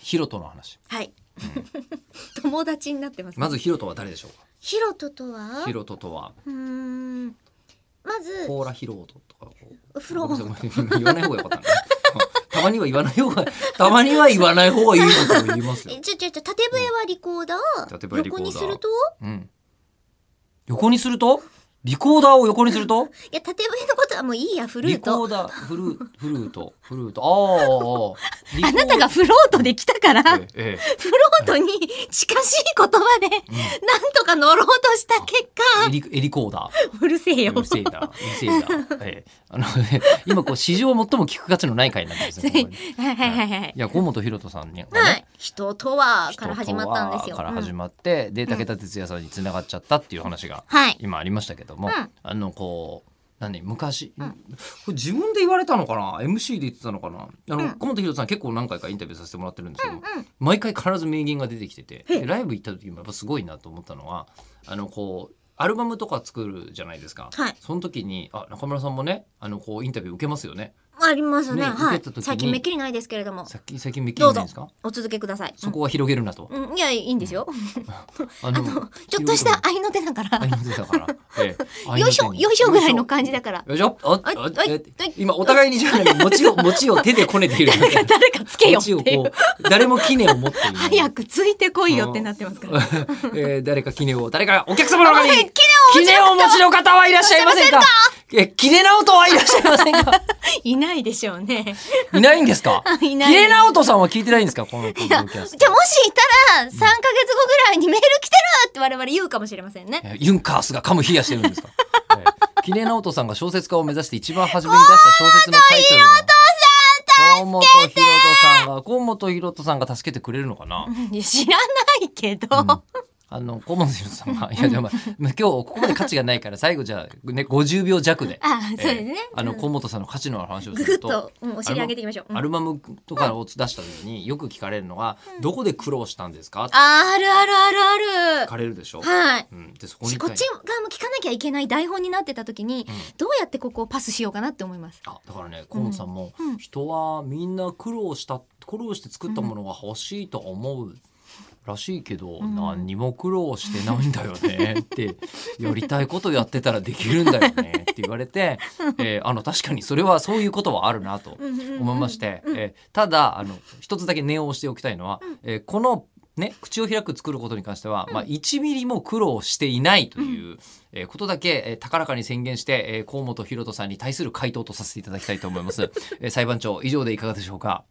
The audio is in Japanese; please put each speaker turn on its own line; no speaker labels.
ヒロトの話。
はい。友達になってます、ね。
まずヒロトは誰でしょうか。
ヒロトとは。
ヒロトとは
うーん。まず。
コーラヒロトとかこう。
フロー
ごめんなさい言わない 方がよかったね。たまには言わない方がたまには言わない方がいいことを言いますよ
え。ちょちょちょ縦笛はリコーダー。
縦笛リコーダー
横にすると。
うん。横にするとリコーダーを横にすると
いや縦笛のことはもういいやフル
リ
ー
コ
ト。
ーダーフルフルートフルートああリコー
あなたがフロートできたから、フロ
ええええ
ートに近しい言葉で、なんとか乗ろうとした結
エリエリコーダー。
果、うるせえよ。
うるせえだ、うるせえだ。ええ、あの、え今こう史上最も聞く価値のない回なんですね。ここね
はいはいはいはい
い。や、河本ひろとさんに、ね。
はい。人とはから始まったんですよ。
から始
うん
まって、で、武田鉄矢さんに繋がっちゃったっていう話が。
はい。
今ありましたけども、
うん
あの、こう。何昔、
うん
これ自分で言われたのかな MC で言ってたのかなあの、
うん
河本ひろとさん結構何回かインタビューさせてもらってるんですけど、
うん
毎回必ず名言が出てきてて
へえ
でライブ行った時もやっぱすごいなと思ったのはあのこうアルバムとか作るじゃないですか、
はい
その時にあ中村さんもねあのこうインタビュー受けますよね
あります
ね
ね。は
受けた時に
い。最近めっきりないですけれども、
最近最近めっきりないですか
お続けください。
そこは広げるなと、
うん、うんいや、いいんですよ。
あ
あの、ちょっとした愛の手だから、
広げるなあい いんですだから、ええ
よいしょ、よいしょぐらいの感じだから。
よいしょあ
あ
あ
あい
え
あい
今お互いにじゃない餅を 餅を手でこねているみ たいな
誰かつけよっ
餅
て
を
い
こ
う。
う誰も杵を持っていない
早くついてこいよってなってますから。
えー誰かキネを誰かお客様の中に
おいキネ
キネをお持ちの方はいらっしゃいませんかえキネナオトはいらっしゃいません か
いないでしょうね。
いないんですか
いない
キネナオトさんは聞いてないんですかこのポッ
いや
ドキ
じゃ
ャ
あも
ス
し
ト
いたら、3ヶ月後ぐらいにメール来てるって我々言うかもしれませんね。
えユンカースが噛むヒヤしてるんですか、えーキネナオトさんが小説家を目指して一番初めに出した小説のタイトルが河本ひろとさんが河本ひろとさんが助けてくれるのかな、
いや知らないけど、
あの河本ひろとさんがいやでも、まあ今日ここまで価値がないから最後じゃあ、ね、50秒弱で
あそうですね
えーあの
うん
河本さんの価値のある話を
ぐ
す
ぐっ
ると
と、うん、お尻上げていきましょう。うん
アルバムとかを出した時によく聞かれるのが「どこで苦労したんですか?」って
あるあるあるあ
聞かれるでしょ
る。。はい。
うん、でそこに
こっち側も聞かなきゃいけない台本になってた時に、どうやってここをパスしようかなって思います。
あだからね河本さんも、
うん
人はみんな苦労した苦労して作ったものが欲しいと思うらしいけど、
ん
何にも苦労してないんだよね ってやりたいことやってたらできるんだよねって言われ て、えーあの確かにそれはそういうことはあるなと
うんうんうん
思いまして、えーただあの一つだけ念を押しておきたいのは、えーこのね、口を開く作ることに関しては、まあ、1ミリも苦労していないという、えーことだけ、えー高らかに宣言して、え ー、河本大翔さんに対する回答とさせていただきたいと思います、えー裁判長以上でいかがでしょうか